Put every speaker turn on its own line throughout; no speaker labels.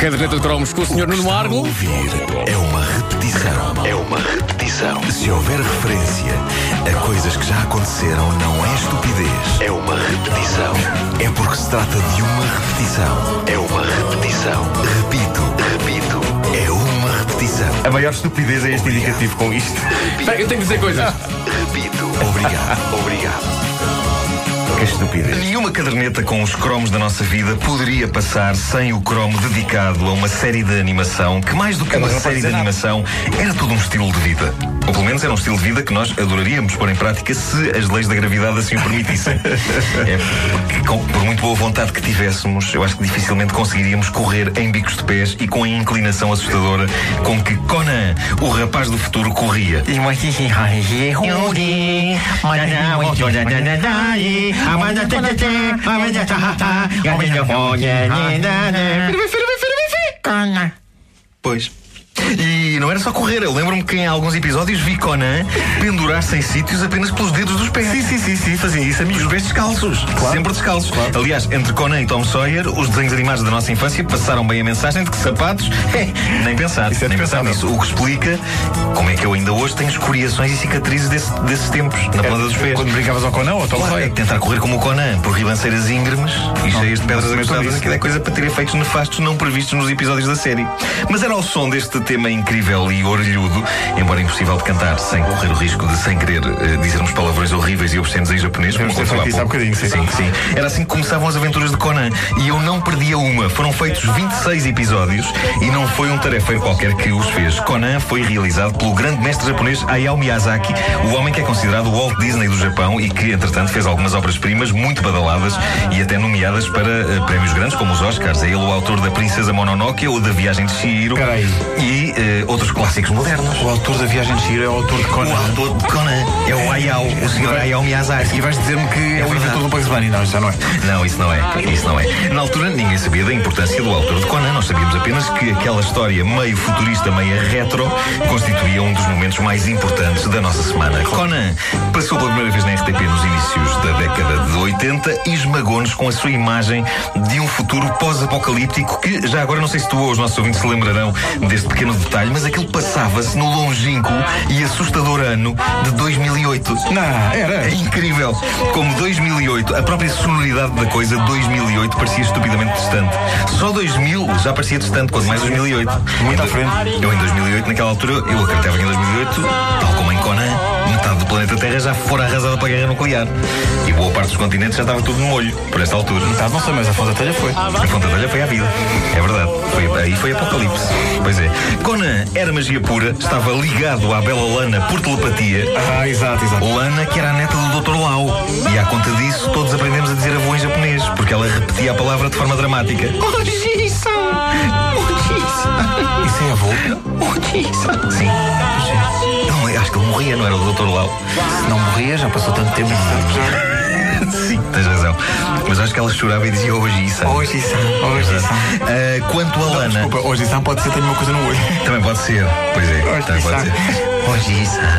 Caderneta de cromos com o Sr. Nuno Margo.
ouvir é uma repetição. É uma repetição. Se houver referência a coisas que já aconteceram, não é estupidez. É uma repetição. É porque se trata de uma repetição. É uma repetição. Repito, repito. É uma repetição.
A maior estupidez é este indicativo com isto.
Espera, Eu tenho que dizer coisas.
Repito. Obrigado. Obrigado.
Que estupidez. Nenhuma caderneta com os cromos da nossa vida poderia passar sem o cromo dedicado a uma série de animação que, mais do
É
que uma série de animação, era todo um estilo de vida. Ou pelo menos era um estilo de vida que nós adoraríamos pôr em prática se as leis da gravidade assim o permitissem. É, porque com- por muito boa vontade que tivéssemos, eu acho que dificilmente conseguiríamos correr em bicos de pés e com a inclinação assustadora com que Conan, o rapaz do futuro, corria. Pois. E não era só correr, eu lembro-me que em alguns episódios vi Conan pendurar-se em sítios apenas pelos dedos dos pés. Sim, sim, sim, sim, fazia isso, amigos. Os pés descalços. Sempre descalços. Aliás, entre Conan e Tom Sawyer, os desenhos animados da nossa infância passaram bem a mensagem de que sapatos. nem pensar,
Isso é
nem pensar
dispensável.
nisso. O que explica como é que eu ainda hoje tenho escoriações e cicatrizes desse- desses tempos, na planta dos pés.
Quando brincavas ao Conan ou ao Tom
Claro, é
Sawyer?
que tentar correr como o Conan, por ribanceiras íngremes e cheias de pedras
também estou
aguçadas,
nisso.
aquilo é coisa para ter efeitos nefastos não previstos nos episódios da série. Mas era ao som deste tema incrível e orelhudo, embora impossível de cantar sem correr o risco de, sem querer, eh, dizermos palavrões horríveis e obscenos em japonês, como
Vamos ter
aconteceu
feito isso há bocadinho, sim.
Sim, sim. Era assim que começavam as aventuras de Conan. E eu não perdia uma. Foram feitos 26 episódios e não foi um tarefeiro qualquer que os fez. Conan foi realizado pelo grande mestre japonês Hayao Miyazaki, o homem que é considerado o Walt Disney do Japão e que, entretanto, fez algumas obras-primas muito badaladas e até nomeadas para eh, prémios grandes, como os Oscars. É ele o autor da Princesa Mononoke ou da Viagem de Shihiro
Peraí.
e eh, outros clássicos modernos.
O autor da viagem de Shiro é o autor de
O
Conan.
autor de Conan é o Hayao, o senhor Hayao Miyazaki.
E vais dizer-me que é o
verdade.
inventor do Bugs Bunny. Não, isso já não é.
Não, isso não é. Isso não é. Na altura ninguém sabia da importância do autor de Conan. Nós sabíamos apenas que aquela história meio futurista, meio retro, constituía um dos momentos mais importantes da nossa semana. Conan passou pela primeira vez na RTP nos inícios da década de 80 e esmagou-nos com a sua imagem de um futuro pós-apocalíptico que, já agora não sei se tu ou os nossos ouvintes se lembrarão deste pequeno detalhe, mas aquilo passava-se no longínquo e assustador ano de 2008.
Não, era.
É incrível como 2008, a própria sonoridade da coisa, 2008 parecia estupidamente distante. Só 2000 já parecia distante, quanto mais 2008.
Muito
Eu-
à frente.
Eu em 2008, naquela altura, eu acreditava que em 2008, tal como em Conan, metade do planeta Terra já fora arrasada pela guerra nuclear. E boa parte dos continentes já estava tudo no molho, por esta altura.
Tá, não sei, mas a fonte até foi.
A Fonta Velha foi à vida. É verdade. Foi, aí foi Apocalipse. Pois é. Conan era magia pura, estava ligado à bela Lana por telepatia.
Ah, exato, exato.
Lana, que era a neta do Dr. Lau. E à conta disso, todos aprendemos a dizer avô em japonês, porque ela repetia a palavra de forma dramática.
Isso é avô?
Sim. Não, eu acho que ele morria, não era o Dr. Lau.
Se não morria, já passou tanto tempo.
é. Sim, tens razão. Mas acho que ela chorava e dizia hoje isso.
Hoje, Sam. Hoje, Sam.
Ah, quanto a Lana.
Desculpa, hoje, Sam pode ser ter uma coisa no olho.
Também pode ser, pois é,
Hoje
também pode
está.
ser. Hoje está.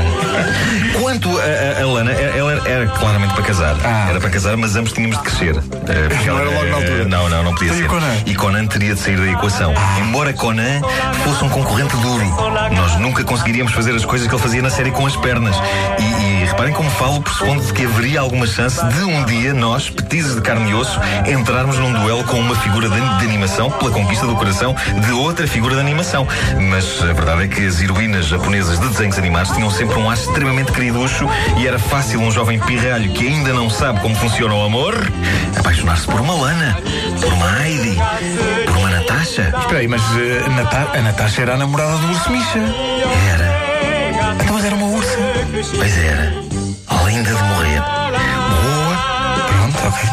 Quanto a, a- a Lana, e- ela era, era claramente para casar.
Ah.
Era para casar, mas ambos tínhamos de crescer. Eh, porque
Não
ela-
era logo na altura. Então
Não, não, não podia
E
ser.
Conan? Ah.
E Conan teria de sair da equação. Embora Conan fosse um concorrente duro, nós nunca conseguiríamos fazer as coisas que ele fazia na série com as pernas. E, e reparem como falo, pressupondo de que haveria alguma chance de um dia nós, petizes de carne e osso, entrarmos num duelo com uma figura de, de animação pela conquista do coração de outra figura de animação. Mas a verdade é que as heroínas japonesas de desenhos animados tinham sempre um ar extremamente queriducho e era fácil um jovem pirralho que ainda não sabe como funciona o amor apaixonar-se por uma Lana, por uma Heidi, por uma Natasha.
Espera aí, mas eh, Nata- a Natasha era a namorada do urso Misha.
Era.
Então, mas era uma ursa.
Pois era. Linda de morrer. Boa.
Pronto, ok.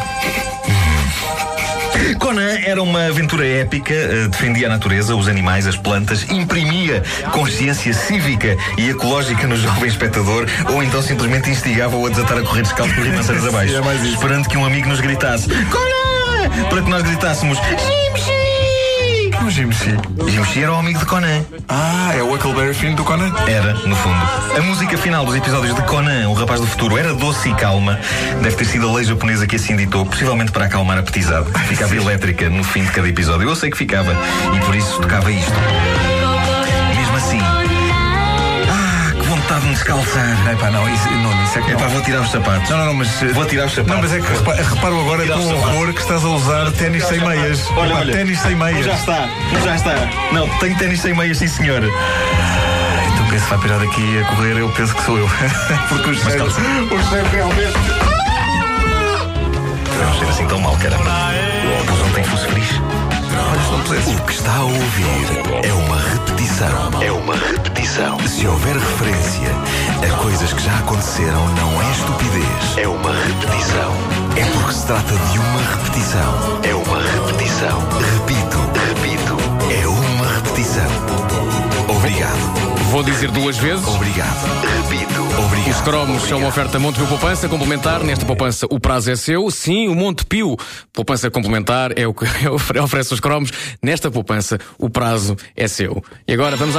Conan era uma aventura épica, eh, defendia a natureza, os animais, as plantas, imprimia consciência cívica e ecológica no jovem espectador, ou então simplesmente instigava-o a desatar a correr descalço por ribanceiras abaixo,
Sim, é mais isso.
esperando que um amigo nos gritasse Conan! Para que nós gritássemos Jimji!
Mas Jimshi?
Jimshi era o amigo de Conan.
Ah, é o Huckleberry Finn do Conan.
Era, no fundo. A música final dos episódios de Conan, o rapaz do futuro, era doce e calma. Deve ter sido a lei japonesa que assim ditou, possivelmente para acalmar a petizada. Ficava elétrica no fim de cada episódio. Eu sei que ficava. E por isso tocava isto. Mesmo assim. Ah, que vontade de me descalçar.
Epá, não, isso, não, isso é que
É
não.
pá, vou tirar os sapatos.
Não, não, não, mas. eh,
Vou tirar os sapatos.
Não, mas é que repa- reparo agora
Tirar
com
os
o
sapatos.
horror que estás a usar ténis sem meias.
Olha,
Epá,
olha.
Ténis sem meias.
está, já está. Não, tenho ténis sem meias, sim senhor.
Então quem se vai pirar daqui a correr, eu penso que sou eu. Porque os cheiro,
calça.
o cheiro realmente.
Não cheira assim tão mal, caramba. O algodão tem fuso fris.
O que está a ouvir é uma repetição. É uma repetição. Se houver referência a coisas que já aconteceram, não é estupidez. É uma repetição. É porque se trata de uma repetição. É uma repetição. Repito, repito. É uma repetição. Obrigado,
Vou dizer duas vezes.
obrigado. Repito, obrigado.
Os cromos são uma oferta Montepio Poupança Complementar. Nesta poupança o prazo é seu. Sim, o Montepio Poupança Complementar é o que ofere- oferece os cromos. Nesta poupança o prazo é seu. E agora vamos